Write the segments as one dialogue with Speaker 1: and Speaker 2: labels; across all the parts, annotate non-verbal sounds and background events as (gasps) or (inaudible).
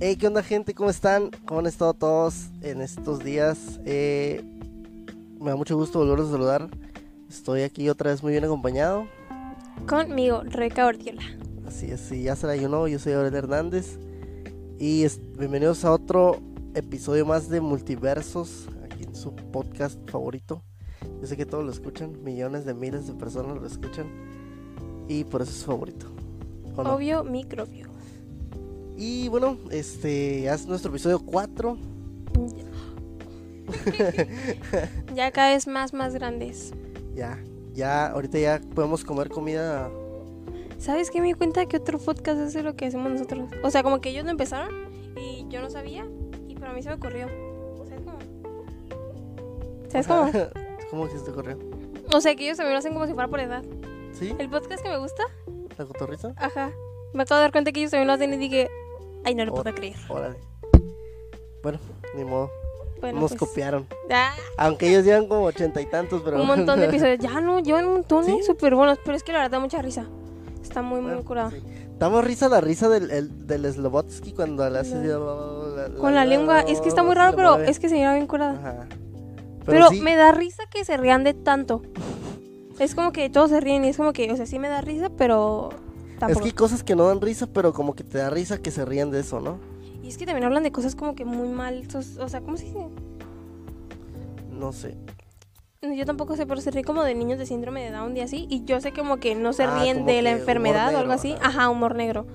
Speaker 1: Hey, ¿qué onda gente? ¿Cómo están? ¿Cómo han estado todos en estos días? Eh, me da mucho gusto volverlos a saludar. Estoy aquí otra vez muy bien acompañado.
Speaker 2: Conmigo, Reca Ordiola.
Speaker 1: Así es, sí, ya se la ayunó. Yo soy Aurel Hernández. Y es- bienvenidos a otro episodio más de Multiversos, aquí en su podcast favorito. Yo sé que todos lo escuchan, millones de miles de personas lo escuchan. Y por eso es su favorito. ¿O no? (laughs)
Speaker 2: Obvio, microbio.
Speaker 1: Y bueno, este ya es nuestro episodio 4.
Speaker 2: Ya cada vez más, más grandes.
Speaker 1: Ya, ya, ahorita ya podemos comer comida.
Speaker 2: ¿Sabes qué me di cuenta que otro podcast hace lo que hacemos nosotros? O sea, como que ellos lo empezaron y yo no sabía, y para mí se me ocurrió. ¿Sabes cómo? ¿Sabes cómo?
Speaker 1: ¿Cómo este que se te ocurrió?
Speaker 2: O sea, que ellos también lo hacen como si fuera por edad.
Speaker 1: ¿Sí?
Speaker 2: El podcast que me gusta,
Speaker 1: ¿La cotorriza?
Speaker 2: ajá. Me acabo de dar cuenta que ellos también lo hacen y dije, ay, no lo
Speaker 1: Oh.
Speaker 2: puedo creer.
Speaker 1: Órale. Bueno, ni modo.
Speaker 2: Bueno,
Speaker 1: Nos
Speaker 2: pues,
Speaker 1: copiaron.
Speaker 2: ah,
Speaker 1: Aunque ellos llevan como ochenta y tantos, pero. (laughs)
Speaker 2: un montón de episodios. Ya no, yo un montón,
Speaker 1: ¿Sí?
Speaker 2: ¿eh? súper buenos. Pero es que la verdad da mucha risa. Está muy, muy
Speaker 1: Bueno,
Speaker 2: curado.
Speaker 1: sí. Damos risa a la risa del, el- del Slobotsky cuando le hace. oh,
Speaker 2: Con la lengua, es que está muy raro, pero es que se mira bien curada.
Speaker 1: Ajá. Pero,
Speaker 2: Pero
Speaker 1: sí,
Speaker 2: me da risa que se rían de tanto. Es como que todos se ríen y es como que, o sea, sí me da risa, pero
Speaker 1: es
Speaker 2: tampoco.
Speaker 1: que hay cosas que no dan risa, pero como que te da risa que se rían de eso, ¿no?
Speaker 2: Y es que también hablan de cosas como que muy mal, sos- o sea, ¿cómo se dice?
Speaker 1: No sé.
Speaker 2: No, Yo tampoco sé, pero se ríe como de niños de síndrome de Down y así. Y yo sé como que no se
Speaker 1: Ah,
Speaker 2: ríen
Speaker 1: como
Speaker 2: de la
Speaker 1: que humor
Speaker 2: enfermedad
Speaker 1: negro,
Speaker 2: o algo así.
Speaker 1: ajá.
Speaker 2: Ajá, humor negro.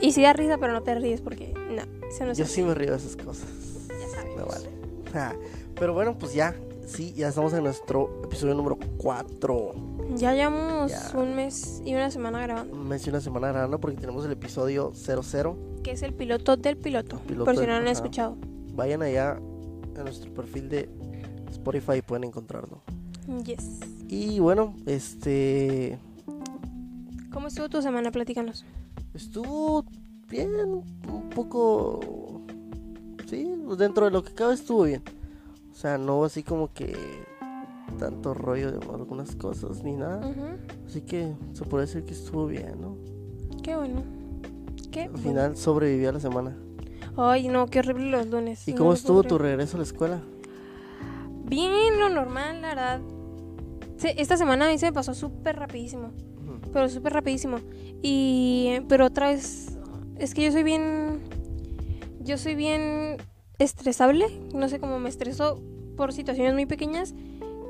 Speaker 2: Y sí da risa, pero no te ríes porque, no, eso no es
Speaker 1: Yo
Speaker 2: así.
Speaker 1: sí me río de esas cosas.
Speaker 2: Ya sabemos.
Speaker 1: Me vale. Ja. Ah, Pero bueno, pues ya, sí, ya estamos en nuestro episodio número 4.
Speaker 2: Ya llevamos
Speaker 1: Ya.
Speaker 2: un mes y una semana grabando,
Speaker 1: Me hice una semana grabando porque tenemos el episodio 00.
Speaker 2: que es el piloto del piloto,
Speaker 1: Piloto
Speaker 2: por si
Speaker 1: del-
Speaker 2: no lo han
Speaker 1: ajá.
Speaker 2: escuchado.
Speaker 1: Vayan allá a nuestro perfil de Spotify y pueden encontrarlo.
Speaker 2: Yes.
Speaker 1: Y bueno, este.
Speaker 2: ¿Cómo estuvo tu semana? Platícanos.
Speaker 1: Estuvo bien, un poco. Sí, dentro de lo que cabe estuvo bien. O sea, no así como que tanto rollo de algunas cosas ni nada.
Speaker 2: Ujú,
Speaker 1: Así que se puede decir que estuvo bien, ¿no?
Speaker 2: Qué bueno. Qué
Speaker 1: Al final sobreviví a la semana.
Speaker 2: bueno. Ay, no, qué horrible los lunes.
Speaker 1: ¿Y
Speaker 2: no
Speaker 1: cómo
Speaker 2: lo puedo
Speaker 1: estuvo tu
Speaker 2: creer.
Speaker 1: regreso a la escuela?
Speaker 2: Bien, lo normal, la verdad. Se- esta semana a mí se me pasó súper rapidísimo, pero súper rapidísimo. Y, pero otra vez, es que yo soy bien, yo soy bien estresable, no sé cómo me estreso por situaciones muy pequeñas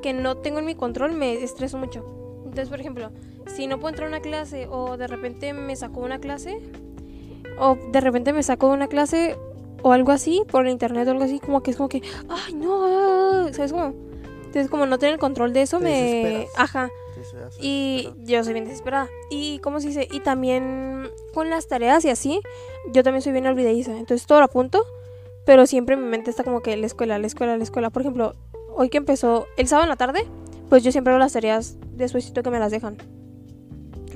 Speaker 2: que no tengo en mi control, me estreso mucho. Entonces, por ejemplo, si no puedo entrar a una clase o de repente me sacó una clase o de repente me sacó de una clase o algo así por internet o algo así, como que es como que, ay, no, ah", ¿sabes cómo? Entonces, como no tener el control de eso,
Speaker 1: Te
Speaker 2: me...
Speaker 1: desesperas.
Speaker 2: Ajá.
Speaker 1: Sí, se hace,
Speaker 2: Y
Speaker 1: pero-
Speaker 2: yo soy bien desesperada. Y cómo se dice, y también con las tareas y así, yo también soy bien olvidadiza. Entonces todo lo apunto, pero siempre en mi mente está como que la escuela, la escuela, la escuela. Por ejemplo, hoy que empezó el sábado en la tarde, pues yo siempre hago las tareas despuésito que me las dejan.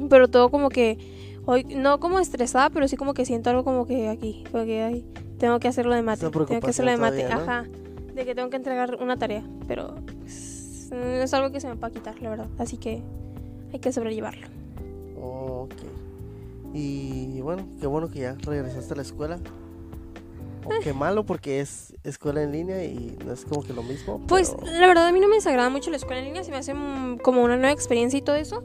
Speaker 2: Pero todo como que hoy no como estresada, pero sí como que siento algo como que aquí, como que ay, tengo que hacerlo de mate,
Speaker 1: Esa
Speaker 2: tengo que hacerlo de mate,
Speaker 1: preocupación todavía,
Speaker 2: ajá, de que tengo que entregar una tarea, pero pues, no es algo que se me pueda quitar, la verdad, así que hay que sobrellevarlo.
Speaker 1: Oh, Ok. Y bueno, qué bueno que ya regresaste a la escuela. O
Speaker 2: Ah.
Speaker 1: qué malo porque es escuela en línea y no es como que lo mismo.
Speaker 2: Pues
Speaker 1: pero-
Speaker 2: la verdad a mí no me desagrada mucho la escuela en línea, se me hace mm, como una nueva experiencia y todo eso.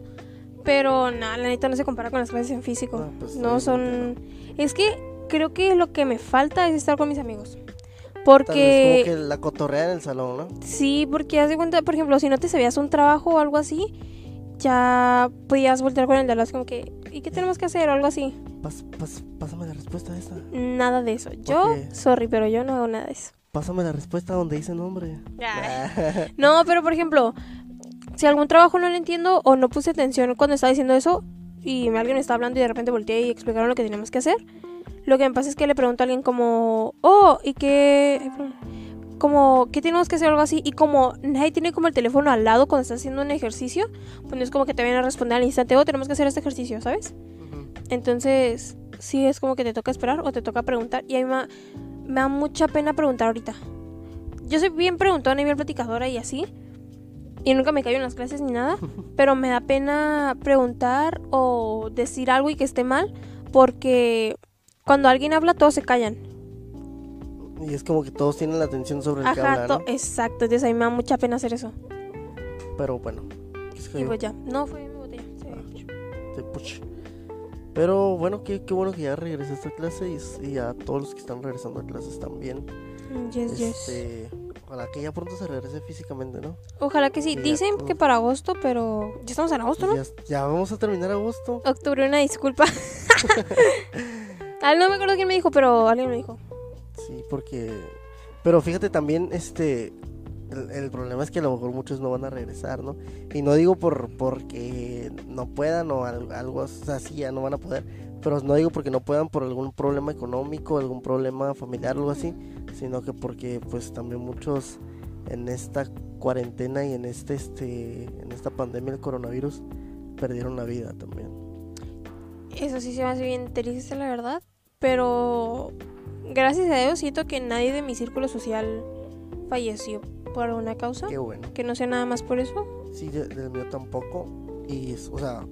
Speaker 2: Pero nada, la neta no se compara con las clases en físico.
Speaker 1: No,
Speaker 2: No,
Speaker 1: pues, sí,
Speaker 2: son...
Speaker 1: no
Speaker 2: Es que creo que lo que me falta es estar con mis amigos.
Speaker 1: tal vez
Speaker 2: Porque...
Speaker 1: como que la cotorrea en el salón, ¿no?
Speaker 2: Sí, porque haz de cuenta, por ejemplo, si no te sabías un trabajo o algo así, ya podías voltear con el de al lado, así como que... ¿Y qué tenemos que hacer? O algo así.
Speaker 1: Pas- pas- pásame la respuesta a esta.
Speaker 2: Nada de eso. Yo,
Speaker 1: Ok.
Speaker 2: sorry, pero yo no hago nada de eso.
Speaker 1: Pásame la respuesta donde dice nombre.
Speaker 2: (laughs) No, pero por ejemplo, si algún trabajo no lo entiendo o no puse atención cuando estaba diciendo eso y me- alguien estaba hablando y de repente volteé y explicaron lo que teníamos que hacer, lo que me pasa es que le pregunto a alguien como, oh, ¿y qué? Ay, perdón. Como, ¿qué tenemos que hacer o algo así? Y como nadie tiene como el teléfono al lado cuando está haciendo un ejercicio, pues no es como que te vayan a responder al instante, oh, tenemos que hacer este ejercicio, ¿sabes?
Speaker 1: Ujú.
Speaker 2: Entonces, sí es como que te toca esperar o te toca preguntar. Y a mí me, da- me da mucha pena preguntar ahorita. Yo soy bien preguntona y bien platicadora y así. Y nunca me caigo en las clases
Speaker 1: (laughs)
Speaker 2: ni nada. Pero me da pena preguntar o decir algo y que esté mal. Porque cuando alguien habla, todos se callan.
Speaker 1: (laughs) Y es como que todos tienen la atención sobre el Pues que
Speaker 2: Ajá,
Speaker 1: hablan,
Speaker 2: to- exacto. Entonces a mí me da mucha pena hacer eso.
Speaker 1: ¿no? Pero bueno, es que
Speaker 2: Y
Speaker 1: yo-
Speaker 2: pues ya, no fue mi botella. se
Speaker 1: Ah.
Speaker 2: había dicho.
Speaker 1: te puch. Pero bueno, qué, qué bueno que ya regresaste a clase y, s- y a todos los que están regresando a clases también.
Speaker 2: Mm, Yes, yes.
Speaker 1: Este, ojalá que ya pronto se regrese físicamente, ¿no?
Speaker 2: Ojalá que sí.
Speaker 1: ya
Speaker 2: Dicen
Speaker 1: todo.
Speaker 2: que para agosto, pero ya estamos en agosto, ¿no?
Speaker 1: Ya, ya vamos a terminar agosto.
Speaker 2: Octubre, una disculpa. Ah, no me acuerdo quién me dijo, pero alguien me dijo.
Speaker 1: Sí, porque... Pero fíjate también, este... El, el problema es que a lo mejor muchos no van a regresar, ¿no? Y no digo por porque no puedan o al- algo así, ya no van a poder. Pero no digo porque no puedan por algún problema económico, algún problema familiar, algo así. Sino que porque pues también muchos en esta cuarentena y en este, este en esta pandemia del coronavirus perdieron la vida también.
Speaker 2: Eso sí se me hace bien triste, la verdad. Pero gracias a Dios siento que nadie de mi círculo social falleció por una causa.
Speaker 1: Qué bueno.
Speaker 2: Que no sea nada más por eso.
Speaker 1: Sí, de- del mío tampoco. Y, es- o sea,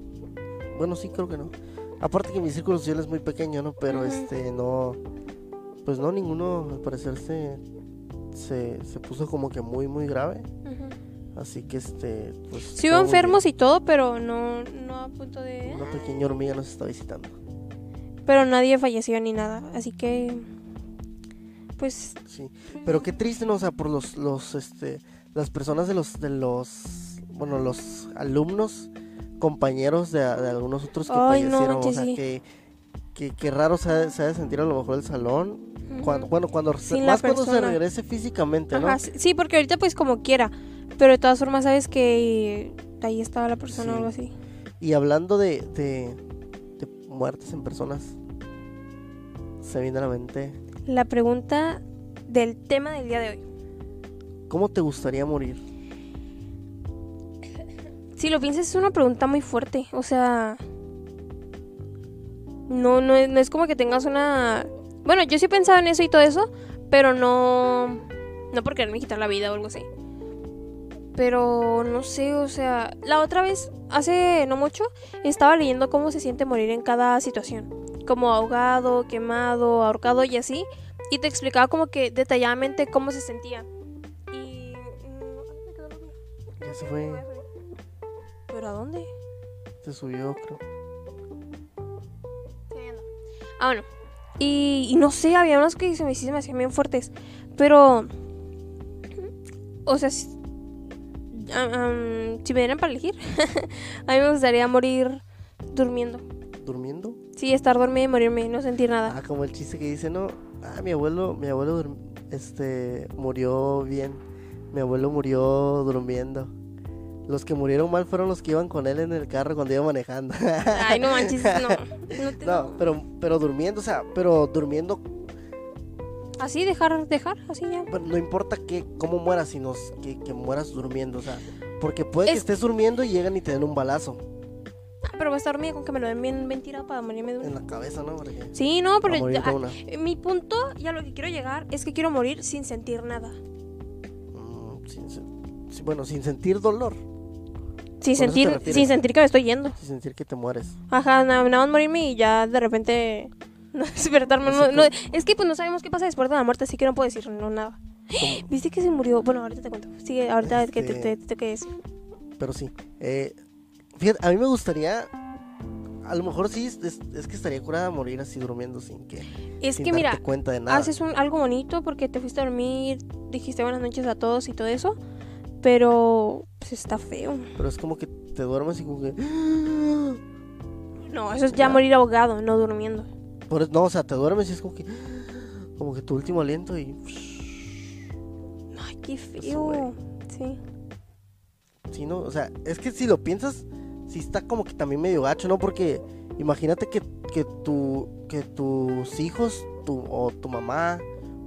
Speaker 1: bueno, sí, creo que no. Aparte que mi círculo social es muy pequeño, ¿no? Pero
Speaker 2: Ujú.
Speaker 1: este, no. Pues no, ninguno, al parecer, se, se, se puso como que muy, muy grave. Así que este, pues.
Speaker 2: Sí
Speaker 1: todo
Speaker 2: hubo
Speaker 1: muy
Speaker 2: enfermos y todo, pero no, no a punto de...
Speaker 1: bien. Una pequeña hormiga nos está visitando.
Speaker 2: Pero nadie falleció ni nada. Así que... Pues...
Speaker 1: Sí. Pero qué triste, ¿no? O sea, por los, los, este, las personas de los, de los, bueno, los alumnos, compañeros de, de algunos otros que
Speaker 2: Ay, no
Speaker 1: fallecieron. o
Speaker 2: manches,
Speaker 1: sea,
Speaker 2: sí.
Speaker 1: que, que, que raro se ha, de- se ha de sentir a lo mejor el salón.
Speaker 2: ujú.
Speaker 1: Cuando, bueno, cuando, se-
Speaker 2: Sin la
Speaker 1: más cuando se
Speaker 2: persona.
Speaker 1: regrese físicamente, ¿no?
Speaker 2: mm, Ajá, sí- sí, porque ahorita pues como quiera. Pero de todas formas sabes que ahí estaba la persona o
Speaker 1: Sí.
Speaker 2: algo así.
Speaker 1: Y hablando de, de, de muertes en personas, se viene a la mente,
Speaker 2: La pregunta del tema del día de hoy.
Speaker 1: ¿cómo te gustaría morir?
Speaker 2: Si lo piensas es una pregunta muy fuerte. O sea... No, no, es- no es como que tengas una... Bueno, yo sí he pensado en eso y todo eso, pero no... No por quererme quitar la vida o algo así. Pero no sé, o sea... La otra vez, hace no mucho, estaba leyendo cómo se siente morir en cada situación. Como ahogado, quemado, ahorcado y así. Y te explicaba como que detalladamente cómo se sentía. Y... mm, me quedó la vida.
Speaker 1: Ya se fue,
Speaker 2: ¿Pero a dónde?
Speaker 1: se subió, creo.
Speaker 2: Ah, bueno. Y, y no sé, había unos que se me, sí se me hacían bien fuertes. Pero. O sea, si, am- am, si me dieran para elegir, (laughs) a mí me gustaría morir durmiendo.
Speaker 1: ¿Durmiendo?
Speaker 2: Sí, estar dormida y morirme, no sentir nada.
Speaker 1: (laughs) Ah, como el chiste que dice, no, ah, mi abuelo, mi abuelo dur- este murió bien. Mi abuelo murió durmiendo. Los que murieron mal fueron los que iban con él en el carro cuando iba manejando. (laughs)
Speaker 2: Ay, no manches, no. No te-
Speaker 1: no, pero pero durmiendo, o sea, pero durmiendo,
Speaker 2: Así, dejar, dejar, así ya.
Speaker 1: pero no importa que cómo mueras, sino que, que mueras durmiendo, o sea, porque puede que
Speaker 2: Es-
Speaker 1: estés durmiendo y llegan y te den un balazo
Speaker 2: Ah, pero voy a estar dormida con que me lo den bien ventilado para morirme de
Speaker 1: en
Speaker 2: una.
Speaker 1: la cabeza, ¿no? Porque
Speaker 2: Sí, no,
Speaker 1: a
Speaker 2: pero.
Speaker 1: morir de
Speaker 2: ah,
Speaker 1: una.
Speaker 2: mi punto y a lo que quiero llegar es que quiero morir sin sentir nada.
Speaker 1: Mm, sin se- sí, bueno, sin sentir dolor,
Speaker 2: Sin
Speaker 1: Con eso te
Speaker 2: sentir,
Speaker 1: refieres.
Speaker 2: sin sentir que me estoy yendo.
Speaker 1: sin sentir que te mueres.
Speaker 2: (gasps) Ajá, na- nada más morirme y ya de repente (laughs) no despertarme.
Speaker 1: Así
Speaker 2: no-
Speaker 1: que-
Speaker 2: no- es que pues no sabemos qué pasa después de la muerte, así que no puedo decir no, nada.
Speaker 1: Como-
Speaker 2: ¿Viste que se murió? Bueno, ahorita te cuento. Sigue, ahorita que te,
Speaker 1: Este-
Speaker 2: te- te- que decir.
Speaker 1: pero sí. Eh, fíjate, a mí me gustaría. A lo mejor sí, es, es que estaría curada de morir así durmiendo sin que.
Speaker 2: Es
Speaker 1: sin
Speaker 2: que
Speaker 1: darte
Speaker 2: mira,
Speaker 1: cuenta de nada.
Speaker 2: haces un, algo bonito porque te fuiste a dormir, dijiste buenas noches a todos y todo eso, pero pues está feo.
Speaker 1: Pero es como que te duermes y como que.
Speaker 2: No, eso es ya
Speaker 1: Ya.
Speaker 2: morir ahogado, no durmiendo.
Speaker 1: por- no, o sea, te duermes y es como que. Como que tu último aliento y.
Speaker 2: Ay, qué feo.
Speaker 1: güey.
Speaker 2: Sí.
Speaker 1: Sí, no, o sea, es que si lo piensas, sí está como que también medio gacho, ¿no? Porque imagínate que, que, tu, que tus hijos, tu, o tu mamá,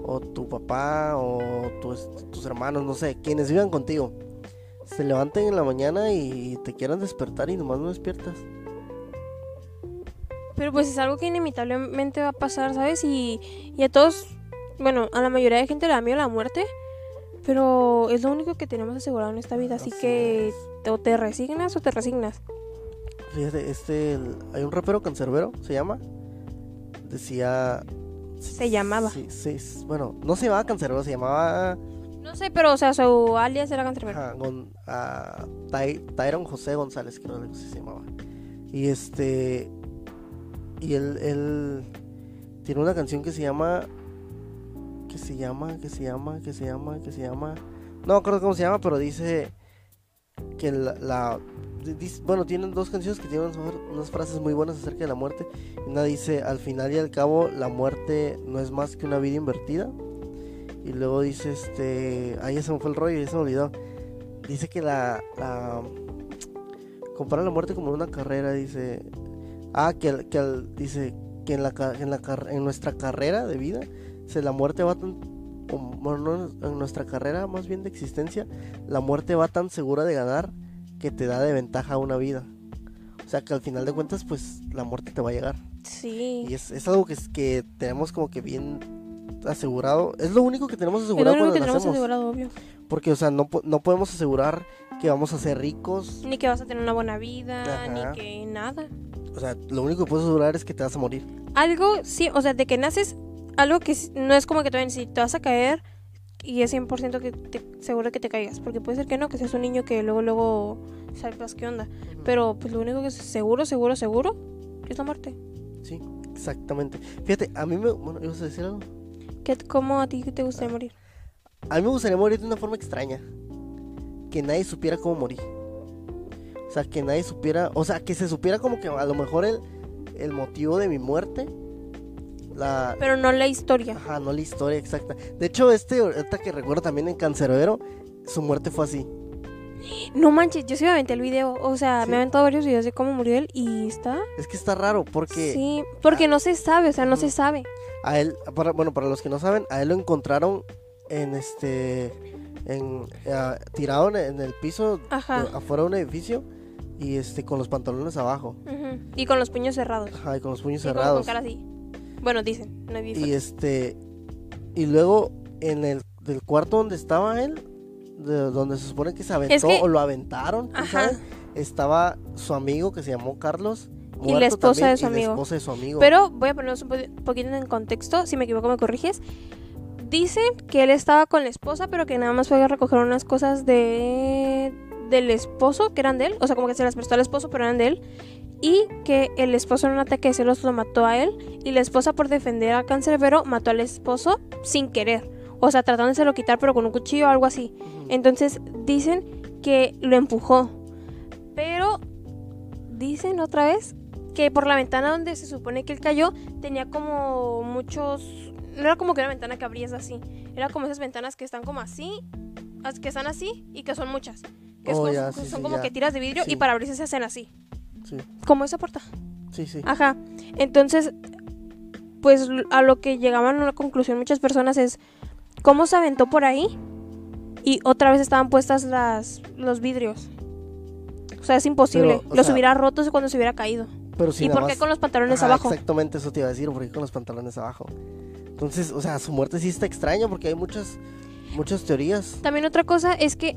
Speaker 1: o tu papá, o tus, tus hermanos, no sé, quienes vivan contigo, se levanten en la mañana y te quieran despertar y nomás no despiertas.
Speaker 2: Pero pues es algo que inevitablemente va a pasar, ¿sabes? Y, y a todos, bueno, a la mayoría de gente le da miedo la muerte, pero es lo único que tenemos asegurado en esta vida, así,
Speaker 1: Así
Speaker 2: que
Speaker 1: es.
Speaker 2: te- o te resignas o te resignas.
Speaker 1: Fíjate, este, el- hay un rapero cancerbero, se llama, decía.
Speaker 2: Se llamaba.
Speaker 1: Sí, sí, s- bueno, no se llamaba Cancerbero, se llamaba
Speaker 2: No sé, pero, o sea, su alias era Cancerbero.
Speaker 1: ajá, Gon- ah, Ty- Tyron José González, creo que así se llamaba. Y este. Y él, él tiene una canción que se llama. Que se llama, que se llama, que se llama, que se llama. No creo cómo se llama, pero dice que la. la- di- dis- bueno, tienen dos canciones que tienen unas, fr- unas frases muy buenas acerca de la muerte. Una dice: Al final y al cabo, la muerte no es más que una vida invertida. Y luego dice: Este. Ahí se me fue el rollo, ya se me olvidó. Dice que la. la compara la muerte como una carrera, dice. Ah, que, al- que al- dice que en, la, ca- en, la car- en nuestra carrera de vida, se, la muerte va tan. o, bueno, no, en nuestra carrera más bien de existencia, la muerte va tan segura de ganar que te da de ventaja una vida. O sea que al final de cuentas, pues la muerte te va a llegar.
Speaker 2: Sí.
Speaker 1: Y es, es algo que, es- que tenemos como que bien asegurado. Es lo único que tenemos
Speaker 2: Es lo
Speaker 1: asegurado
Speaker 2: único
Speaker 1: cuando
Speaker 2: que tenemos
Speaker 1: nacemos.
Speaker 2: asegurado, obvio.
Speaker 1: Porque, o sea, no, po- no podemos asegurar que vamos a ser ricos.
Speaker 2: Ni que vas a tener una buena vida,
Speaker 1: Ajá.
Speaker 2: ni que nada.
Speaker 1: O sea, lo único que puedes asegurar es que te vas a morir.
Speaker 2: Algo, sí, o sea, de que naces, algo que s- no es como que te si te vas a caer y es 100% que te, seguro que te caigas. Porque puede ser que no, que seas un niño que luego, luego saltas qué onda. Pero pues lo único que es seguro, seguro, seguro es la muerte.
Speaker 1: Sí, exactamente. Fíjate, a mí me. Bueno, ¿ibas a decir algo?
Speaker 2: ¿Qué, ¿Cómo a ti te
Speaker 1: Ah.
Speaker 2: gustaría morir?
Speaker 1: A mí me gustaría morir de una forma extraña. Que nadie supiera cómo morí. O sea, que nadie supiera. O sea, que se supiera como que a lo mejor el, el motivo de mi muerte. La.
Speaker 2: Pero no la historia.
Speaker 1: Ajá, no la historia exacta. De hecho, este, ahorita que recuerdo también en Cancerbero, su muerte fue así.
Speaker 2: No manches, yo sí me aventé el video. O sea,
Speaker 1: Sí.
Speaker 2: me he aventado varios videos de cómo murió él y está.
Speaker 1: Es que está raro porque.
Speaker 2: Sí,
Speaker 1: Ah.
Speaker 2: porque no se sabe, o sea, no se sabe.
Speaker 1: A él, para- bueno, para los que no saben, a él lo encontraron en este. En, eh, tirado en, en el piso,
Speaker 2: Ajá.
Speaker 1: de- afuera de un edificio, y este, con los pantalones abajo,
Speaker 2: Ujú. Y con los puños cerrados.
Speaker 1: ajá, y con los puños
Speaker 2: Sí, como
Speaker 1: cerrados.
Speaker 2: Con cara así. Bueno, dicen, no vi
Speaker 1: Y este. Y luego, en el del cuarto donde estaba él, de- donde se supone que se aventó
Speaker 2: que-
Speaker 1: o lo aventaron, ¿quién
Speaker 2: Ajá.
Speaker 1: sabe? estaba su amigo que se llamó Carlos.
Speaker 2: Y la
Speaker 1: muerto
Speaker 2: esposa
Speaker 1: también,
Speaker 2: de
Speaker 1: y
Speaker 2: su
Speaker 1: la
Speaker 2: amigo.
Speaker 1: esposa de su amigo.
Speaker 2: Pero voy a ponernos un po- poquito en contexto, si me equivoco me corriges. Dicen que él estaba con la esposa, pero que nada más fue a recoger unas cosas de del esposo, que eran de él, o sea, como que se las prestó al esposo, pero eran de él, y que el esposo en un ataque de celos lo mató a él, y la esposa por defender al cancerbero mató al esposo sin querer, o sea, tratándose de lo quitar, pero con un cuchillo o algo así.
Speaker 1: Ujú.
Speaker 2: Entonces dicen que lo empujó. Pero dicen otra vez que por la ventana donde se supone que él cayó tenía como muchos... No era como que una ventana que abrías así. Era como esas ventanas que están como así, as- que están así y que son muchas. Que es
Speaker 1: Oh,
Speaker 2: como-
Speaker 1: ya,
Speaker 2: que
Speaker 1: sí,
Speaker 2: son
Speaker 1: sí,
Speaker 2: como
Speaker 1: ya.
Speaker 2: que tiras de vidrio
Speaker 1: Sí.
Speaker 2: y para abrirse se hacen así.
Speaker 1: Sí,
Speaker 2: Como esa puerta.
Speaker 1: sí, sí.
Speaker 2: Ajá. Entonces, pues l- a lo que llegaban a una conclusión muchas personas es cómo se aventó por ahí y otra vez estaban puestas las los vidrios. O sea, es imposible.
Speaker 1: Pero, o
Speaker 2: Los
Speaker 1: sea-
Speaker 2: hubiera rotos cuando se hubiera caído.
Speaker 1: Pero si
Speaker 2: ¿Y
Speaker 1: nada
Speaker 2: por qué
Speaker 1: más-
Speaker 2: con los pantalones
Speaker 1: Ajá,
Speaker 2: abajo?
Speaker 1: Exactamente, eso te iba a decir, porque con los pantalones abajo. Entonces, o sea, su muerte sí está extraña porque hay muchas muchas teorías.
Speaker 2: También otra cosa es que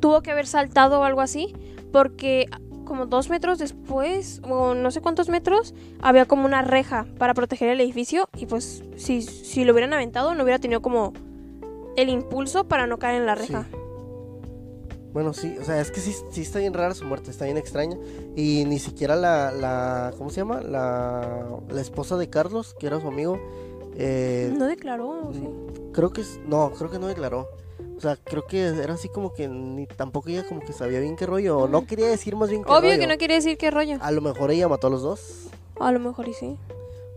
Speaker 2: tuvo que haber saltado o algo así porque como dos metros después o no sé cuántos metros había como una reja para proteger el edificio y pues si, si lo hubieran aventado no hubiera tenido como el impulso para no caer en la reja.
Speaker 1: Sí. Bueno, sí, o sea, es que sí, sí está bien rara su muerte, está bien extraña. Y ni siquiera la, la ¿cómo se llama? La, la esposa de Carlos, que era su amigo, eh,
Speaker 2: No declaró, o sí.
Speaker 1: creo que, es- no, creo que no declaró. O sea, creo que era así como que ni tampoco ella como que sabía bien qué rollo, o no
Speaker 2: Ujú.
Speaker 1: quería decir más bien qué
Speaker 2: Obvio
Speaker 1: rollo.
Speaker 2: que no quiere decir qué rollo.
Speaker 1: A lo mejor ella mató a los dos.
Speaker 2: A lo mejor y sí.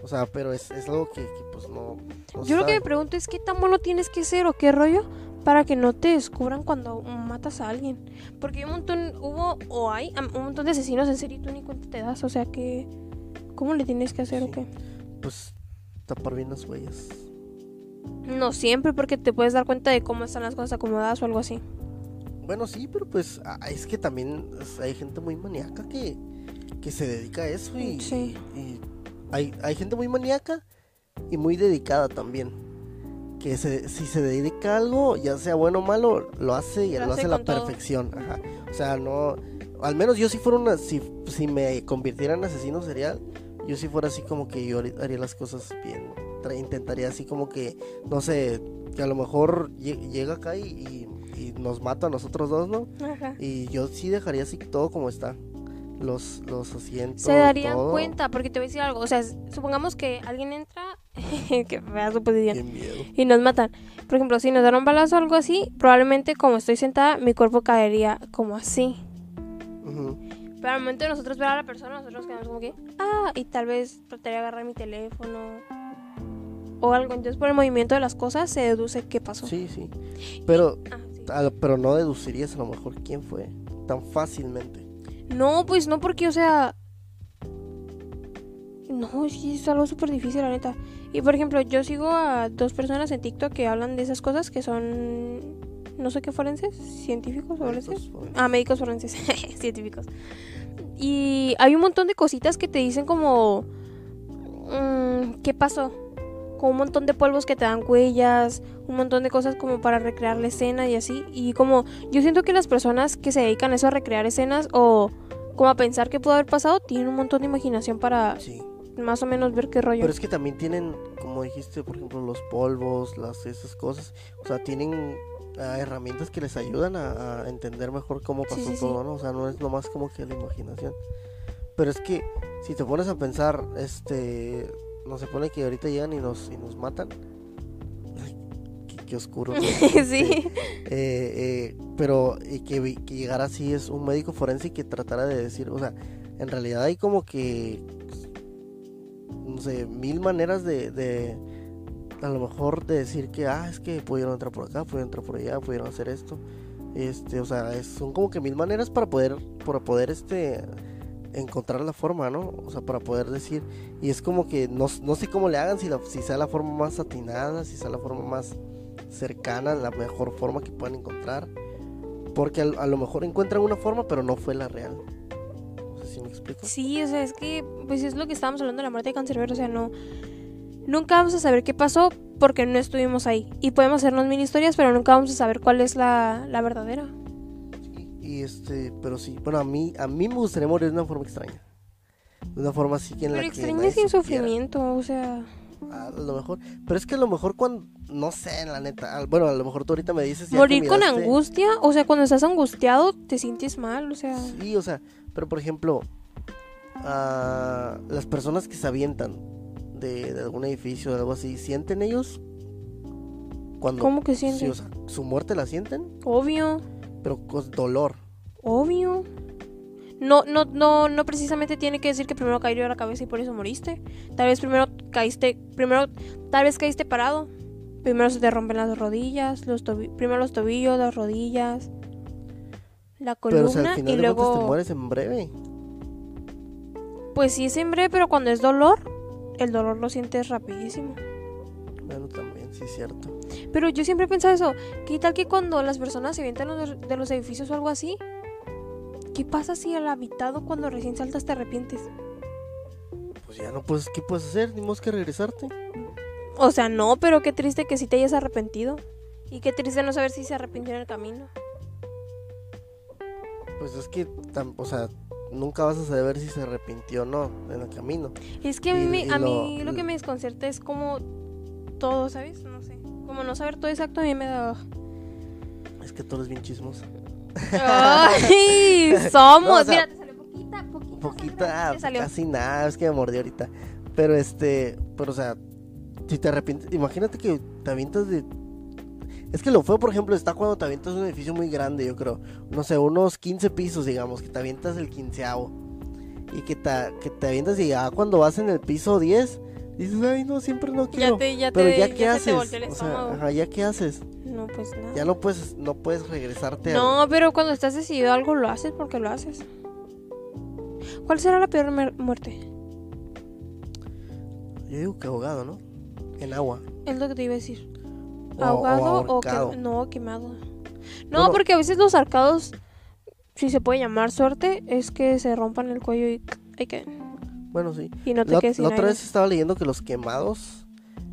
Speaker 1: O sea, pero es, es algo que, que, pues no. no se
Speaker 2: Yo lo que
Speaker 1: sabe.
Speaker 2: me pregunto es qué tan bueno tienes que ser o qué rollo para que no te descubran cuando matas a alguien. Porque hay un montón, hubo o hay am, un montón de asesinos en serie y tú ni cuenta te das. O sea que, ¿cómo le tienes que hacer
Speaker 1: Sí.
Speaker 2: o qué?
Speaker 1: pues tapar bien las huellas.
Speaker 2: No siempre, porque te puedes dar cuenta de cómo están las cosas acomodadas o algo así.
Speaker 1: Bueno, sí, pero pues ah, es que también es- hay gente muy maníaca que, que se dedica a eso y,
Speaker 2: Sí.
Speaker 1: y hay, hay gente muy maníaca y muy dedicada también. Que se- si se dedica a algo, ya sea bueno o malo, lo hace y
Speaker 2: Lo
Speaker 1: lo,
Speaker 2: hace
Speaker 1: hace a la
Speaker 2: con todo.
Speaker 1: perfección. Ajá. O sea, no... Al menos yo si fuera una... Si, si me convirtiera en asesino serial, Yo si fuera así como que yo haría las cosas bien. Tra- Intentaría así como que, no sé, que a lo mejor lle- llega acá y, y- y nos mata a nosotros dos, ¿no?
Speaker 2: Ajá.
Speaker 1: Y yo sí dejaría así todo como está. Los, los asientos.
Speaker 2: se darían
Speaker 1: todo.
Speaker 2: cuenta, porque te voy a decir algo. O sea, s- supongamos que alguien entra, (laughs) que fea suposición,
Speaker 1: Qué miedo.
Speaker 2: y nos matan. Por ejemplo, si nos dan un balazo o algo así, probablemente como estoy sentada, mi cuerpo caería como así.
Speaker 1: Ujú.
Speaker 2: Pero al momento de nosotros ver a la persona, nosotros quedamos como que, ah, y tal vez trataría de agarrar mi teléfono o algo. Entonces, por el movimiento de las cosas, se deduce qué pasó.
Speaker 1: Sí, sí. Pero,
Speaker 2: Ah, sí.
Speaker 1: a lo- pero no deducirías a lo mejor quién fue tan fácilmente.
Speaker 2: No, pues no, porque, o sea. No, es que es algo súper difícil, la neta. Y por ejemplo, yo sigo a dos personas en TikTok que hablan de esas cosas que son. No sé qué forenses, científicos o forenses.
Speaker 1: Estos fueron-
Speaker 2: Ah, médicos forenses, (laughs) científicos. Y hay un montón de cositas que te dicen como... mm, ¿Qué pasó? Como un montón de polvos que te dan huellas, un montón de cosas como para recrear la escena y así. Y como yo siento que las personas que se dedican a eso, a recrear escenas o como a pensar qué pudo haber pasado, tienen un montón de imaginación para
Speaker 1: Sí.
Speaker 2: más o menos ver qué rollo.
Speaker 1: Pero es que también tienen, como dijiste, por ejemplo, los polvos, las esas cosas. O sea, tienen ah, herramientas que les ayudan a, a entender mejor cómo pasó
Speaker 2: sí, sí.
Speaker 1: todo, ¿no? O sea, no es nomás como que la imaginación. Pero es que si te pones a pensar, este, no se pone que ahorita llegan y nos, y nos matan. Ay, qué, qué oscuro. ¿no?
Speaker 2: (laughs) sí.
Speaker 1: Eh, eh, pero y que, vi- que llegara así es un médico forense y que tratara de decir, o sea, en realidad hay como que, no sé, mil maneras de, de, a lo mejor de decir que, ah, es que pudieron entrar por acá, pudieron entrar por allá, pudieron hacer esto. Este, o sea, es- son como que mil maneras para poder, para poder, este, encontrar la forma, ¿no? O sea, para poder decir, y es como que no, no sé cómo le hagan, si, la, si sea la forma más atinada, si sea la forma más cercana, la mejor forma que puedan encontrar. Porque al- a, lo mejor encuentran una forma, pero no fue la real. No sé si me explico.
Speaker 2: Sí, o sea, es que pues es lo que estábamos hablando de la muerte de Cancerbero, o sea, no nunca vamos a saber qué pasó porque no estuvimos ahí y podemos hacernos mil historias, pero nunca vamos a saber cuál es la, la verdadera.
Speaker 1: Y este, pero sí, bueno, a mí, a mí me gustaría morir de una forma extraña. De una forma así que en
Speaker 2: Pero
Speaker 1: la que
Speaker 2: extraño
Speaker 1: nadie
Speaker 2: sin
Speaker 1: supiera. Ah,
Speaker 2: sufrimiento, o sea,
Speaker 1: A lo mejor, pero es que a lo mejor cuando, no sé, la neta, al- bueno, a lo mejor tú ahorita me dices... ya que
Speaker 2: morir con
Speaker 1: miraste-
Speaker 2: angustia, o sea, cuando estás angustiado te sientes mal, o sea,
Speaker 1: Sí, o sea, pero por ejemplo, a las personas que se avientan de, de algún edificio o algo así, ¿sienten ellos? Cuando,
Speaker 2: ¿cómo que
Speaker 1: sí,
Speaker 2: sientes?
Speaker 1: o sea, su muerte la sienten,
Speaker 2: Obvio,
Speaker 1: pero con dolor.
Speaker 2: obvio. No, no, no, no precisamente tiene que decir que primero cayó a la cabeza y por eso moriste. Tal vez primero caíste, primero, tal vez caíste parado. Primero se te rompen las rodillas, los tobi- primero los tobillos, las rodillas, la columna
Speaker 1: pero o sea, al
Speaker 2: y
Speaker 1: final de cuentas te
Speaker 2: luego,
Speaker 1: mueres en breve.
Speaker 2: pues sí es en breve, pero cuando es dolor, el dolor lo sientes rapidísimo.
Speaker 1: Bueno, también, sí, es cierto.
Speaker 2: Pero yo siempre he pensado eso, ¿qué tal que cuando las personas se avientan los- de los edificios o algo así? ¿Qué pasa si al habitado cuando recién saltas te arrepientes?
Speaker 1: Pues ya no puedes, ¿qué puedes hacer? Ni más que regresarte.
Speaker 2: O sea, no, pero qué triste que sí te hayas arrepentido. Y qué triste no saber si se arrepintió en el camino.
Speaker 1: Pues es que, tam- o sea, nunca vas a saber si se arrepintió o no en el camino.
Speaker 2: Es que a mí,
Speaker 1: Y-
Speaker 2: me-
Speaker 1: y
Speaker 2: a
Speaker 1: lo-
Speaker 2: mí lo que me desconcerta es como todo, ¿sabes? No sé. Como no saber todo exacto a mí me da...
Speaker 1: (laughs) Es que tú eres bien chismosa.
Speaker 2: ¡Ay! ¡Somos!
Speaker 1: No, o sea,
Speaker 2: Mira, te salió poquita, poquita. (laughs)
Speaker 1: poquita,
Speaker 2: Te salió.
Speaker 1: ah, casi nada, es que me mordí ahorita. Pero este, pero o sea, si te arrepientes, imagínate que te avientas de. Es que lo feo, por ejemplo, está cuando te avientas de un edificio muy grande, yo creo. No sé, unos 15 pisos, digamos, que te avientas el quinceavo. Y que te, que te avientas y ya cuando vas en el piso 10, dices, ay, no, siempre no quiero.
Speaker 2: Ya te, ya
Speaker 1: pero
Speaker 2: te,
Speaker 1: ya, ¿qué
Speaker 2: ya se
Speaker 1: haces?
Speaker 2: te volteó el
Speaker 1: o sea,
Speaker 2: estómago.
Speaker 1: ajá, ya, ¿qué haces?
Speaker 2: no, pues nada.
Speaker 1: Ya no puedes, no puedes regresarte al-
Speaker 2: No, pero cuando estás decidido a algo lo haces porque lo haces. ¿Cuál será la peor mer- muerte?
Speaker 1: Yo digo que ahogado, ¿no? En agua.
Speaker 2: Es lo que te iba a decir.
Speaker 1: o- o
Speaker 2: ¿Ahogado o,
Speaker 1: ahorcado.
Speaker 2: quem- no, quemado? No,
Speaker 1: Bueno.
Speaker 2: porque a veces los arcados, si se puede llamar suerte, es que se rompan el cuello y ahí queden.
Speaker 1: Bueno, sí.
Speaker 2: Y no te
Speaker 1: La,
Speaker 2: quedes sin
Speaker 1: la otra
Speaker 2: aire.
Speaker 1: vez estaba leyendo que los quemados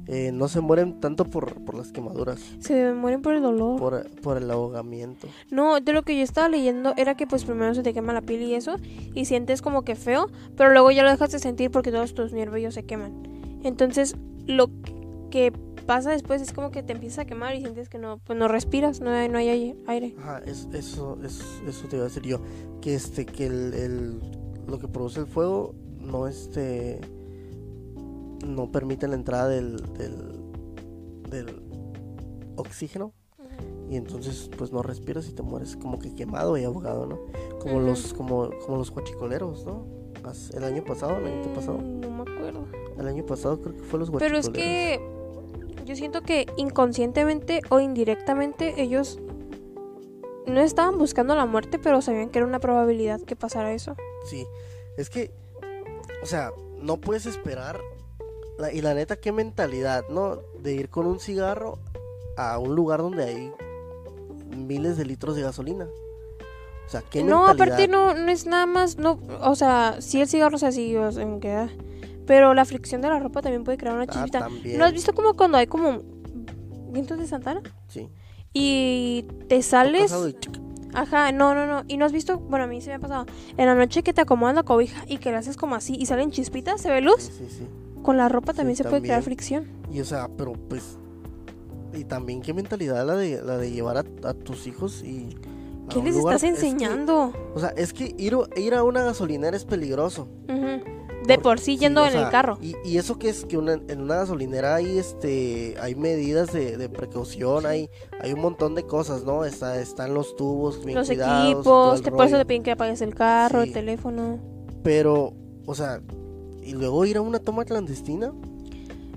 Speaker 1: eh, no se mueren tanto por, por las quemaduras,
Speaker 2: Se mueren por el dolor.
Speaker 1: por, por el ahogamiento.
Speaker 2: No, de lo que yo estaba leyendo era que pues primero se te quema la piel y eso, y sientes como que feo, pero luego ya lo dejas de sentir porque todos tus nervios se queman. Entonces, lo que pasa después es como que te empiezas a quemar y sientes que no, pues no respiras, no hay, no hay aire- aire.
Speaker 1: Ajá, es- eso, es- eso te iba a decir yo. Que este, que el, el- lo que produce el fuego no este no permite la entrada del, del, del oxígeno. Y entonces pues no respiras y te mueres como que quemado y ahogado, ¿no? Como
Speaker 2: Ujú.
Speaker 1: los, como, como los huachicoleros, ¿no? Pas- El año pasado, el año pasado.
Speaker 2: Mm, No me acuerdo.
Speaker 1: El año pasado creo que fue los
Speaker 2: Pero
Speaker 1: huachicoleros.
Speaker 2: es que yo siento que inconscientemente o indirectamente ellos no estaban buscando la muerte, pero sabían que era una probabilidad que pasara eso.
Speaker 1: Sí, es que, o sea, no puedes esperar. la- y la neta, qué mentalidad, ¿no? De ir con un cigarro a un lugar donde hay miles de litros de gasolina. O sea, qué
Speaker 2: No,
Speaker 1: mentalidad.
Speaker 2: aparte no, no es nada más, no, o sea, sí el cigarro es así, o sea, en que, ah, pero la fricción de la ropa también puede crear una
Speaker 1: Ah,
Speaker 2: chispita.
Speaker 1: también.
Speaker 2: ¿No has visto como cuando hay como vientos de Santana?
Speaker 1: Sí.
Speaker 2: Y te
Speaker 1: Ha
Speaker 2: sales...
Speaker 1: pasado y chuc,
Speaker 2: Ajá, no, no, no. Y no has visto, bueno, a mí se me ha pasado, en la noche que te acomodan la cobija y que la haces como así y salen chispitas, ¿se ve
Speaker 1: sí,
Speaker 2: luz?
Speaker 1: sí, sí.
Speaker 2: Con la ropa también
Speaker 1: Sí,
Speaker 2: se puede crear
Speaker 1: también.
Speaker 2: fricción.
Speaker 1: Y o sea, pero pues. Y también qué mentalidad la de, la de llevar a, a tus hijos y. a
Speaker 2: ¿Qué
Speaker 1: un
Speaker 2: les
Speaker 1: lugar-
Speaker 2: estás
Speaker 1: es que-
Speaker 2: enseñando?
Speaker 1: o sea, es que ir, ir a una gasolinera es peligroso.
Speaker 2: Ujú. De por sí yendo
Speaker 1: o
Speaker 2: en
Speaker 1: sea,
Speaker 2: el carro.
Speaker 1: Y, y eso que es que una- en una gasolinera hay este hay medidas de, de precaución, hay hay un montón de cosas, ¿no? Está, están los tubos bien
Speaker 2: Los
Speaker 1: cuidados y todo
Speaker 2: equipos,
Speaker 1: el
Speaker 2: te, por eso
Speaker 1: rollo.
Speaker 2: te piden que apagues el carro,
Speaker 1: Sí.
Speaker 2: el teléfono.
Speaker 1: Pero, o sea, y luego ir a una toma clandestina.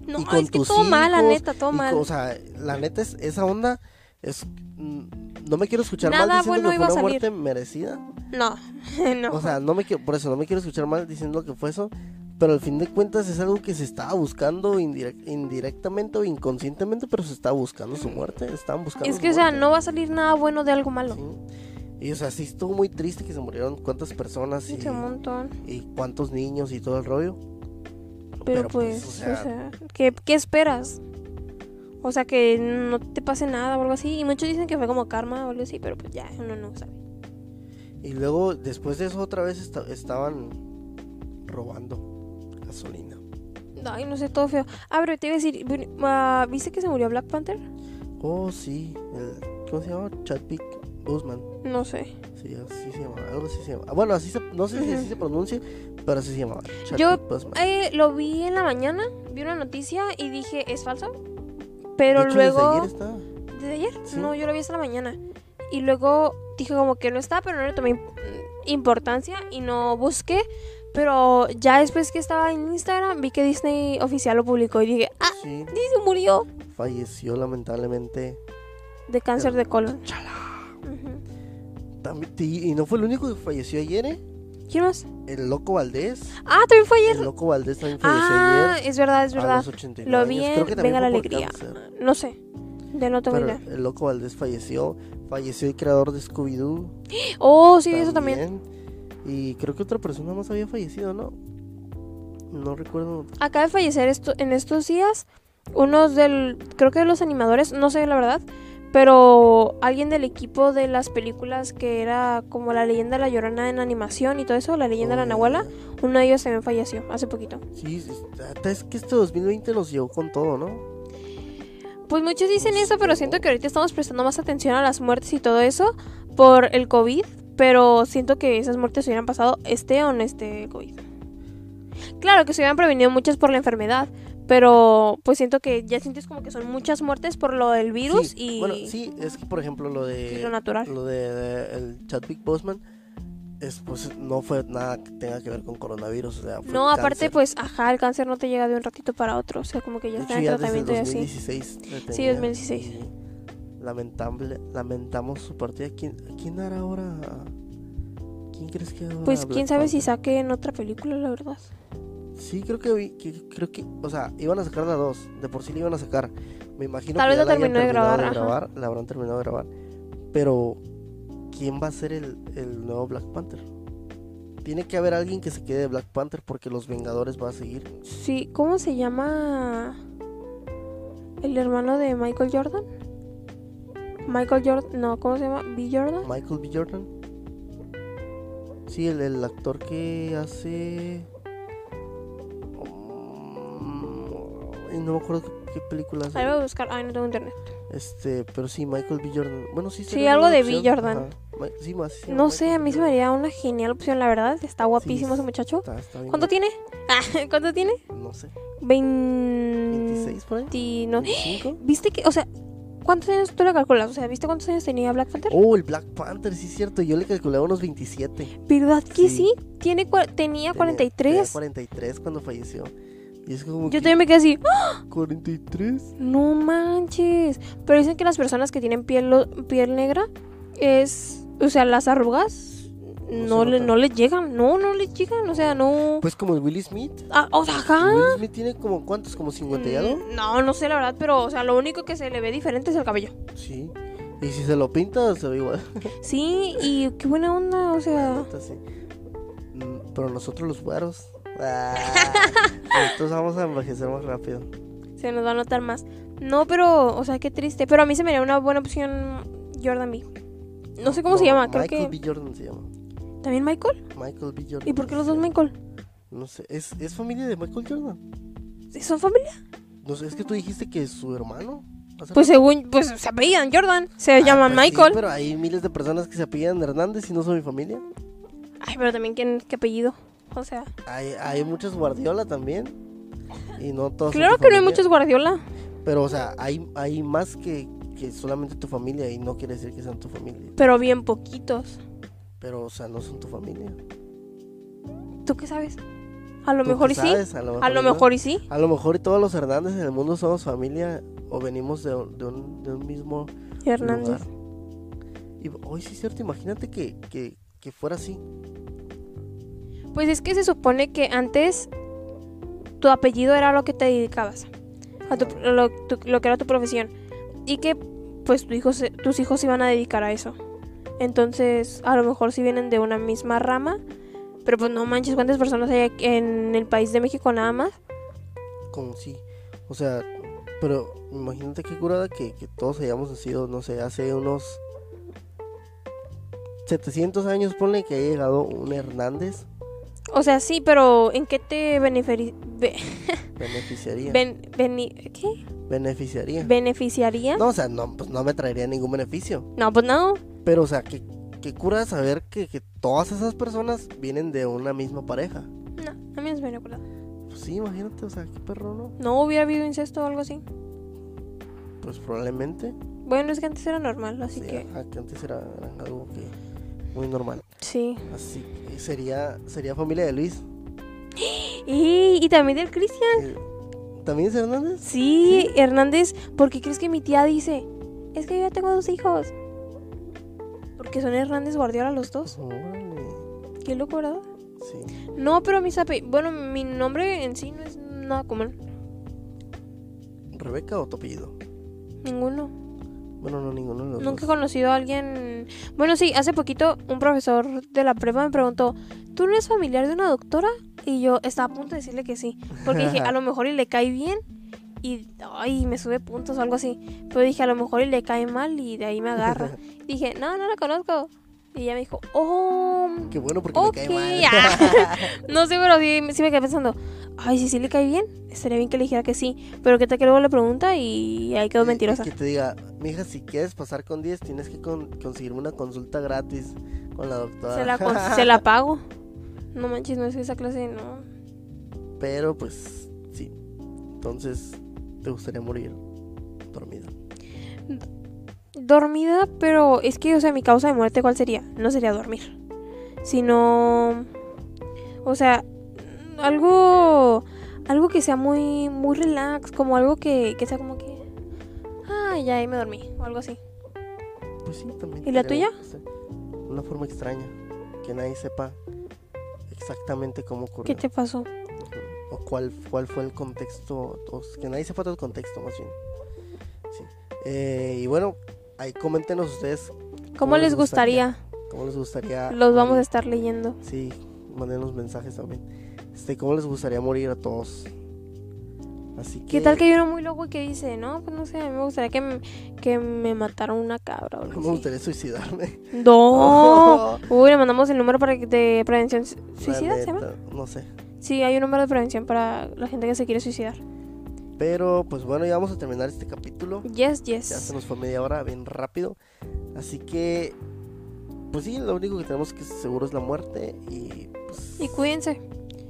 Speaker 2: No,
Speaker 1: Y con
Speaker 2: es que
Speaker 1: tus
Speaker 2: todo mal, la
Speaker 1: hijos,
Speaker 2: neta, todo
Speaker 1: y co-
Speaker 2: mal.
Speaker 1: o sea, la neta es esa onda es mm, no me quiero escuchar mal
Speaker 2: Nada
Speaker 1: diciendo
Speaker 2: bueno
Speaker 1: que
Speaker 2: iba
Speaker 1: fue
Speaker 2: a
Speaker 1: una
Speaker 2: salir.
Speaker 1: muerte merecida.
Speaker 2: No, (laughs) no.
Speaker 1: O sea, no me quiero, por eso no me quiero escuchar mal diciendo que fue eso. Pero al fin de cuentas es algo que se estaba buscando indirec- indirectamente o inconscientemente, pero se estaba buscando su muerte. Estaban buscando
Speaker 2: es
Speaker 1: su
Speaker 2: que, o sea,
Speaker 1: muerte.
Speaker 2: no va a salir nada bueno de algo malo.
Speaker 1: Sí. Y o sea, sí estuvo muy triste que se murieron cuántas personas y,
Speaker 2: Es un montón.
Speaker 1: y cuántos niños y todo el rollo.
Speaker 2: Pero,
Speaker 1: Pero, pues,
Speaker 2: pues,
Speaker 1: o sea-
Speaker 2: o sea, ¿qué, qué esperas? O sea, que no te pase nada o algo así. Y muchos dicen que fue como karma o algo así, pero pues ya, uno no sabe.
Speaker 1: Y luego, después de eso, otra vez esta- estaban robando gasolina.
Speaker 2: Ay, no sé, todo feo. Ah, pero te iba a decir, bueno, ah, ¿viste que se murió Black Panther?
Speaker 1: Oh, sí. el- ¿Cómo se llama? Chadwick Boseman.
Speaker 2: No sé.
Speaker 1: Sí, así se llama, algo así se llama. Bueno, así se, no sé si así
Speaker 2: Ujú.
Speaker 1: se pronuncia, pero así se llama.
Speaker 2: Yo-
Speaker 1: Boseman.
Speaker 2: Eh, lo vi en la mañana, vi una noticia y dije, ¿es falso? Pero
Speaker 1: De hecho, desde
Speaker 2: luego...
Speaker 1: ayer está.
Speaker 2: ¿Desde ayer?
Speaker 1: Sí.
Speaker 2: No, yo lo vi hasta la mañana. Y luego dije como que no estaba, pero no le tomé im- importancia y no busqué. Pero ya después que estaba en Instagram vi que Disney oficial lo publicó y dije, ah,
Speaker 1: Sí,
Speaker 2: se murió
Speaker 1: falleció lamentablemente.
Speaker 2: de cáncer de colon. Ujú.
Speaker 1: También, y y no fue el único que falleció ayer, ¿eh?
Speaker 2: ¿Quién más?
Speaker 1: El loco Valdés.
Speaker 2: Ah, también fue ayer.
Speaker 1: El loco Valdés también falleció
Speaker 2: Ah,
Speaker 1: ayer.
Speaker 2: es verdad, es
Speaker 1: A
Speaker 2: verdad.
Speaker 1: los 89
Speaker 2: Lo vi
Speaker 1: años.
Speaker 2: en
Speaker 1: Creo que también
Speaker 2: Venga la
Speaker 1: fue por
Speaker 2: Alegría.
Speaker 1: cáncer.
Speaker 2: No sé, de no tengo
Speaker 1: Pero
Speaker 2: idea.
Speaker 1: el loco Valdés falleció. Falleció el creador de Scooby-Doo.
Speaker 2: Oh, sí, eso también.
Speaker 1: Y creo que otra persona más había fallecido, ¿no? No recuerdo.
Speaker 2: Acaba de fallecer esto, en estos días unos del, creo que de los animadores, no sé la verdad, pero alguien del equipo de las películas que era como la leyenda de la llorona en animación y todo eso, la leyenda de la
Speaker 1: Oh,
Speaker 2: Nahuala, uno de ellos también falleció hace poquito.
Speaker 1: Sí, sí, está- es que este 2020 nos llevó con todo, ¿no?
Speaker 2: Pues muchos dicen eso, pero siento que ahorita estamos prestando más atención a las muertes y todo eso por el COVID, pero siento que esas muertes hubieran pasado este o no este COVID. Claro que se hubieran prevenido muchas por la enfermedad, pero pues siento que ya sientes como que son muchas muertes por lo del virus
Speaker 1: Sí,
Speaker 2: y,
Speaker 1: Bueno, sí, es que por ejemplo lo
Speaker 2: y lo
Speaker 1: de...
Speaker 2: natural.
Speaker 1: Lo de, de- el Chadwick Boseman es, pues, no fue nada que tenga que ver con coronavirus. o sea, fue
Speaker 2: No, aparte
Speaker 1: cáncer.
Speaker 2: pues, ajá, el cáncer no te llega de un ratito para otro, o sea, como que ya
Speaker 1: De
Speaker 2: está
Speaker 1: hecho,
Speaker 2: en
Speaker 1: ya desde el
Speaker 2: tratamiento y así.
Speaker 1: 2016. le
Speaker 2: Sí,
Speaker 1: tenían,
Speaker 2: 2016.
Speaker 1: y Lamentable, lamentamos su partida. ¿Quién, ¿quién hará ahora? ¿Quién crees que hará
Speaker 2: Pues
Speaker 1: Black
Speaker 2: quién sabe si
Speaker 1: Panther?
Speaker 2: saquen otra película, la verdad.
Speaker 1: Sí, creo que vi, que- creo que, o sea, iban a sacar la dos, de por sí la iban a sacar. Me imagino
Speaker 2: Tal
Speaker 1: que
Speaker 2: vez
Speaker 1: ya la
Speaker 2: la
Speaker 1: hayan
Speaker 2: terminó de
Speaker 1: terminado
Speaker 2: grabar, ajá.
Speaker 1: grabar, la habrán terminado de grabar. Pero ¿quién va a ser el, el nuevo Black Panther? Tiene que haber alguien que se quede de Black Panther porque los Vengadores va a seguir.
Speaker 2: Sí, ¿cómo se llama? el hermano de Michael Jordan. Michael Jordan, no, ¿cómo se llama? B. Jordan.
Speaker 1: Michael B. Jordan. Sí, el, el actor que hace. Mm, y no me acuerdo qué, qué película hace.
Speaker 2: Ahí voy a buscar. Ay, no tengo internet.
Speaker 1: Este, pero sí, Michael B. Jordan. Bueno, sí,
Speaker 2: Sí,
Speaker 1: sería
Speaker 2: algo
Speaker 1: una
Speaker 2: de B.
Speaker 1: opción.
Speaker 2: Jordan.
Speaker 1: Ajá. Ma- Sí, más. sí,
Speaker 2: No
Speaker 1: Michael
Speaker 2: sé, a mí
Speaker 1: B.
Speaker 2: se me haría una genial opción, la verdad. Está guapísimo
Speaker 1: Sí,
Speaker 2: ese muchacho.
Speaker 1: Está- está bien
Speaker 2: ¿Cuánto tiene? Ah, (laughs) ¿Cuánto tiene?
Speaker 1: guapo. No sé.
Speaker 2: Vein-
Speaker 1: ¿26 por ahí?
Speaker 2: ti- no.
Speaker 1: ¿25?
Speaker 2: ¿Viste que, o sea, cuántos años tú le calculas? O sea, ¿viste cuántos años tenía Black Panther?
Speaker 1: Oh, el Black Panther, sí es cierto. Yo le calculé unos 27.
Speaker 2: ¿Verdad que
Speaker 1: sí.
Speaker 2: sí? Tiene cua- tenía
Speaker 1: Tenía- tenía
Speaker 2: 43.
Speaker 1: 43 cuando falleció. Y es como
Speaker 2: Yo
Speaker 1: que,
Speaker 2: también me quedé así, ¡ah!
Speaker 1: 43.
Speaker 2: no manches. Pero dicen que las personas que tienen piel, lo- piel negra es, o sea, las arrugas
Speaker 1: No se
Speaker 2: no, le,
Speaker 1: notan.
Speaker 2: no les llegan, no, no les llegan, o sea, no...
Speaker 1: Pues como el Will Smith.
Speaker 2: Ah, o sea, ajá.
Speaker 1: Will Smith tiene como cuántos, como 50 y algo.
Speaker 2: Mm, No, no sé la verdad, pero o sea, lo único que se le ve diferente es el cabello.
Speaker 1: Sí. Y si se lo pinta, se ve igual. (laughs)
Speaker 2: Sí, y qué buena onda, o
Speaker 1: La
Speaker 2: sea.
Speaker 1: neta, sí. Mm, Pero nosotros los güeros.
Speaker 2: (laughs)
Speaker 1: Ah, nosotros vamos a envejecer más rápido.
Speaker 2: Se nos va a notar más. No, pero, o sea, qué triste. Pero a mí se me haría una buena opción Jordan B. No sé cómo se
Speaker 1: No,
Speaker 2: llama, creo
Speaker 1: Michael
Speaker 2: que.
Speaker 1: B. Jordan se llama.
Speaker 2: ¿También Michael?
Speaker 1: Michael B. Jordan.
Speaker 2: ¿Y por qué los dos
Speaker 1: Sí.
Speaker 2: Michael?
Speaker 1: No sé. ¿Es, ¿Es familia de Michael Jordan?
Speaker 2: ¿Son familia?
Speaker 1: No sé, es que tú dijiste que es su hermano. hace
Speaker 2: Pues según, pues se apellidan Jordan, se
Speaker 1: Ah,
Speaker 2: llaman
Speaker 1: pues sí,
Speaker 2: Michael.
Speaker 1: pero hay miles de personas que se apellidan Hernández y no son mi familia.
Speaker 2: Ay, pero también ¿quién, qué apellido. O sea,
Speaker 1: Hay, hay muchos Guardiola también. Y no todos. son
Speaker 2: claro
Speaker 1: tu
Speaker 2: que no
Speaker 1: familia.
Speaker 2: hay muchos Guardiola.
Speaker 1: Pero, o sea, hay, hay más que, que solamente tu familia y no quiere decir que sean tu familia.
Speaker 2: Pero bien poquitos.
Speaker 1: Pero, o sea, no son tu familia.
Speaker 2: ¿Tú qué sabes? A lo
Speaker 1: Tú
Speaker 2: mejor
Speaker 1: que
Speaker 2: y sí.
Speaker 1: sabes, A lo mejor.
Speaker 2: A lo
Speaker 1: y no.
Speaker 2: mejor y sí.
Speaker 1: A lo mejor y todos los Hernández en el mundo somos familia o venimos de, de un, de un mismo
Speaker 2: Hernández.
Speaker 1: lugar. Y hoy sí es cierto, imagínate que, que, que fuera así.
Speaker 2: Pues es que se supone que antes tu apellido era lo que te dedicabas, a tu- lo, tu- lo que era tu profesión. Y que pues tu hijo se- tus hijos se iban a dedicar a eso. Entonces, a lo mejor si vienen de una misma rama, pero pues no manches cuántas personas hay aquí en el país de México nada más.
Speaker 1: con sí. O sea, pero imagínate qué curada que, que todos hayamos nacido, no sé, hace unos 700 años, ponle que haya llegado un Hernández,
Speaker 2: O sea, sí, pero ¿en qué te beneferi- be-
Speaker 1: beneficiaría.
Speaker 2: ben- beni- ¿qué?
Speaker 1: beneficiaría.
Speaker 2: beneficiaría?
Speaker 1: No, o sea, no, pues no me traería ningún beneficio.
Speaker 2: No, pues no.
Speaker 1: Pero, o sea, qué, qué curada saber que, que todas esas personas vienen de una misma pareja.
Speaker 2: No, a mí no se me recuerda.
Speaker 1: Pues sí, imagínate, o sea, qué perro, ¿no?
Speaker 2: No hubiera habido incesto o algo así.
Speaker 1: Pues probablemente.
Speaker 2: Bueno, es que antes era normal, así
Speaker 1: sí,
Speaker 2: que...
Speaker 1: ajá, que antes era, era algo que muy normal.
Speaker 2: Sí.
Speaker 1: Así que sería, sería familia de Luis.
Speaker 2: Y, y también del Cristian.
Speaker 1: Eh, ¿También es Hernández?
Speaker 2: Sí, Hernández, ¿por qué crees que mi tía dice? Es que yo ya tengo dos hijos. Porque son Hernández Guardiola los dos.
Speaker 1: Pues, Órale,
Speaker 2: Qué locura. ¿verdad?
Speaker 1: Sí.
Speaker 2: No, pero mis ape... Bueno, mi nombre en sí no es nada común.
Speaker 1: ¿Rebeca o tu apellido?
Speaker 2: Ninguno.
Speaker 1: Bueno, no, ninguno de los
Speaker 2: Nunca he
Speaker 1: dos.
Speaker 2: conocido a alguien... Bueno, sí, hace poquito un profesor de la prepa me preguntó, ¿tú no eres familiar de una doctora? Y yo estaba a punto de decirle que sí. Porque
Speaker 1: (laughs)
Speaker 2: dije, a lo mejor y le cae bien y ay, me sube puntos o algo así. Pero dije, a lo mejor y le cae mal y de ahí me
Speaker 1: (laughs)
Speaker 2: agarra. dije, no, no la conozco. Y ella me dijo, oh,
Speaker 1: Qué bueno porque me
Speaker 2: Ok,
Speaker 1: cae
Speaker 2: ah.
Speaker 1: mal.
Speaker 2: (laughs)
Speaker 1: (laughs)
Speaker 2: no sé, pero sí, sí me quedé pensando, ay, si sí le cae bien, estaría bien que le dijera que sí. Pero que tal que luego le pregunta y ahí quedó
Speaker 1: Y- y
Speaker 2: mentirosa.
Speaker 1: Que te diga, mija, si quieres pasar con 10, tienes que con- conseguirme una consulta gratis con la doctora.
Speaker 2: Se la, con- se la pago. No manches, no es que esa clase no.
Speaker 1: Pero pues, sí. Entonces, te gustaría morir dormida.
Speaker 2: Dormida, pero es que, o sea, mi causa de muerte, ¿cuál sería? No sería dormir. Sino. O sea, algo. Algo que sea muy. Muy relax, como algo que, que sea como que. Ay, ya ahí me dormí, o algo así.
Speaker 1: Pues sí, también.
Speaker 2: ¿Y la
Speaker 1: estaría-
Speaker 2: tuya?
Speaker 1: sí. Una forma extraña. Que nadie sepa exactamente cómo ocurrió.
Speaker 2: ¿Qué te pasó?
Speaker 1: o cuál, cuál fue el contexto, o s- que nadie sepa todo el contexto más bien. Sí. Eh, y bueno, ahí coméntenos ustedes
Speaker 2: ¿Cómo,
Speaker 1: ¿Cómo
Speaker 2: les
Speaker 1: les gustaría? Ah.
Speaker 2: gustaría?
Speaker 1: cómo les gustaría...
Speaker 2: Los vamos a
Speaker 1: morir.
Speaker 2: estar leyendo.
Speaker 1: Sí, manden los mensajes también. Este, cómo les gustaría morir a todos. Así que.
Speaker 2: ¿Qué
Speaker 1: (laughs)
Speaker 2: tal que hay uno muy loco y que dice, no, pues no sé, a mí me gustaría que me, que me matara una cabra o algo
Speaker 1: Me
Speaker 2: así"?
Speaker 1: gustaría
Speaker 2: (laughs)
Speaker 1: suicidarme. (laughs)
Speaker 2: No. Uy, le mandamos el número para que de prevención su-
Speaker 1: La
Speaker 2: suicida, ¿se llama?
Speaker 1: neta, No sé.
Speaker 2: Sí, hay un número de prevención para la gente que se quiere suicidar.
Speaker 1: Pero pues bueno, ya vamos a terminar este capítulo.
Speaker 2: Yes,
Speaker 1: Ya se
Speaker 2: yes.
Speaker 1: nos fue media hora, bien rápido. Así que. Pues sí, lo único que tenemos que seguro es la muerte. Y pues.
Speaker 2: Y cuídense.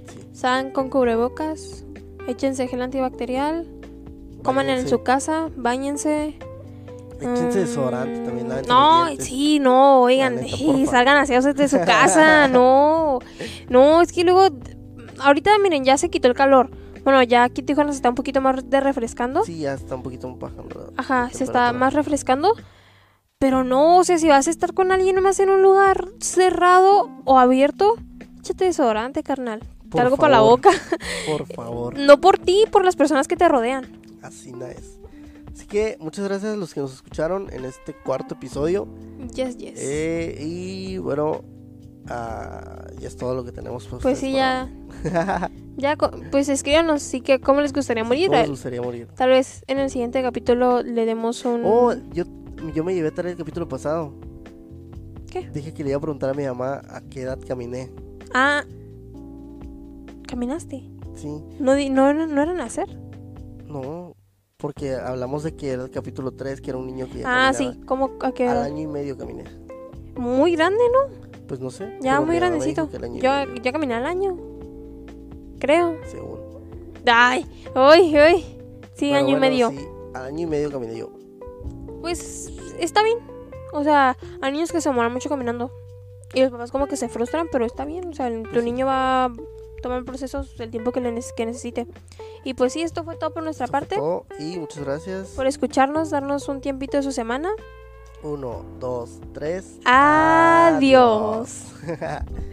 Speaker 1: sí,
Speaker 2: Salgan con cubrebocas, échense gel antibacterial, coman en
Speaker 1: váyanse.
Speaker 2: su casa, bañense.
Speaker 1: Échense
Speaker 2: mm,
Speaker 1: desodorante también. lávense los
Speaker 2: No,
Speaker 1: dientes.
Speaker 2: sí, no, oigan,
Speaker 1: La neta,
Speaker 2: sí,
Speaker 1: porfa.
Speaker 2: salgan aseados de su
Speaker 1: (laughs)
Speaker 2: casa, no. No, es que luego, ahorita miren, ya se quitó el calor. Bueno, ya aquí Tijuana se está un poquito más de refrescando.
Speaker 1: Sí, ya está un poquito bajando. la
Speaker 2: Ajá, se está
Speaker 1: temperatura.
Speaker 2: más refrescando. Pero no, o sea, si vas a estar con alguien más en un lugar cerrado o abierto, échate desodorante, carnal.
Speaker 1: Por
Speaker 2: algo para la
Speaker 1: favor.
Speaker 2: boca.
Speaker 1: (laughs)
Speaker 2: (laughs)
Speaker 1: Por favor,
Speaker 2: No por ti, por las personas que te rodean.
Speaker 1: así nada es. Así que muchas gracias a los que nos escucharon en este cuarto episodio.
Speaker 2: Yes, yes.
Speaker 1: Eh, y bueno, ah, ya es todo lo que tenemos. para
Speaker 2: pues
Speaker 1: ustedes
Speaker 2: sí,
Speaker 1: para-
Speaker 2: ya.
Speaker 1: (laughs)
Speaker 2: ya co- pues escríbanos, sí, que cómo les gustaría morir.
Speaker 1: ¿Cómo les gustaría morir?
Speaker 2: Tal vez en el siguiente capítulo le demos un.
Speaker 1: Oh, yo, yo me llevé a tarea el capítulo pasado.
Speaker 2: ¿Qué?
Speaker 1: Dije que le iba a preguntar a mi mamá a qué edad caminé.
Speaker 2: Ah. Caminaste.
Speaker 1: Sí,
Speaker 2: No, di- no, no, no era nacer.
Speaker 1: no, porque hablamos de que era el capítulo 3, que era un niño que ya
Speaker 2: Ah,
Speaker 1: caminaba.
Speaker 2: sí. ¿Cómo? ¿A qué
Speaker 1: Al
Speaker 2: edad?
Speaker 1: año y medio caminé.
Speaker 2: Muy grande, ¿no?
Speaker 1: Pues no sé.
Speaker 2: Ya
Speaker 1: pero
Speaker 2: muy
Speaker 1: mi mamá me dijo
Speaker 2: grandecito.
Speaker 1: que al año y
Speaker 2: Yo,
Speaker 1: medio,
Speaker 2: yo caminé al año. Creo.
Speaker 1: según.
Speaker 2: Ay, uy, uy. Sí,
Speaker 1: Pero
Speaker 2: año
Speaker 1: bueno,
Speaker 2: y medio.
Speaker 1: sí, al año y medio caminé yo.
Speaker 2: Pues está bien. O sea, hay niños que se demoran mucho caminando. Y los papás como que se frustran, pero está bien. O sea, el- tu
Speaker 1: Pues sí.
Speaker 2: niño va a tomar procesos el tiempo que, le nece- que necesite. Y pues sí, esto fue todo por nuestra parte.
Speaker 1: Todo, Oh, y muchas gracias.
Speaker 2: Por escucharnos, darnos un tiempito de su semana.
Speaker 1: Uno, dos, tres.
Speaker 2: Adiós.
Speaker 1: Adiós.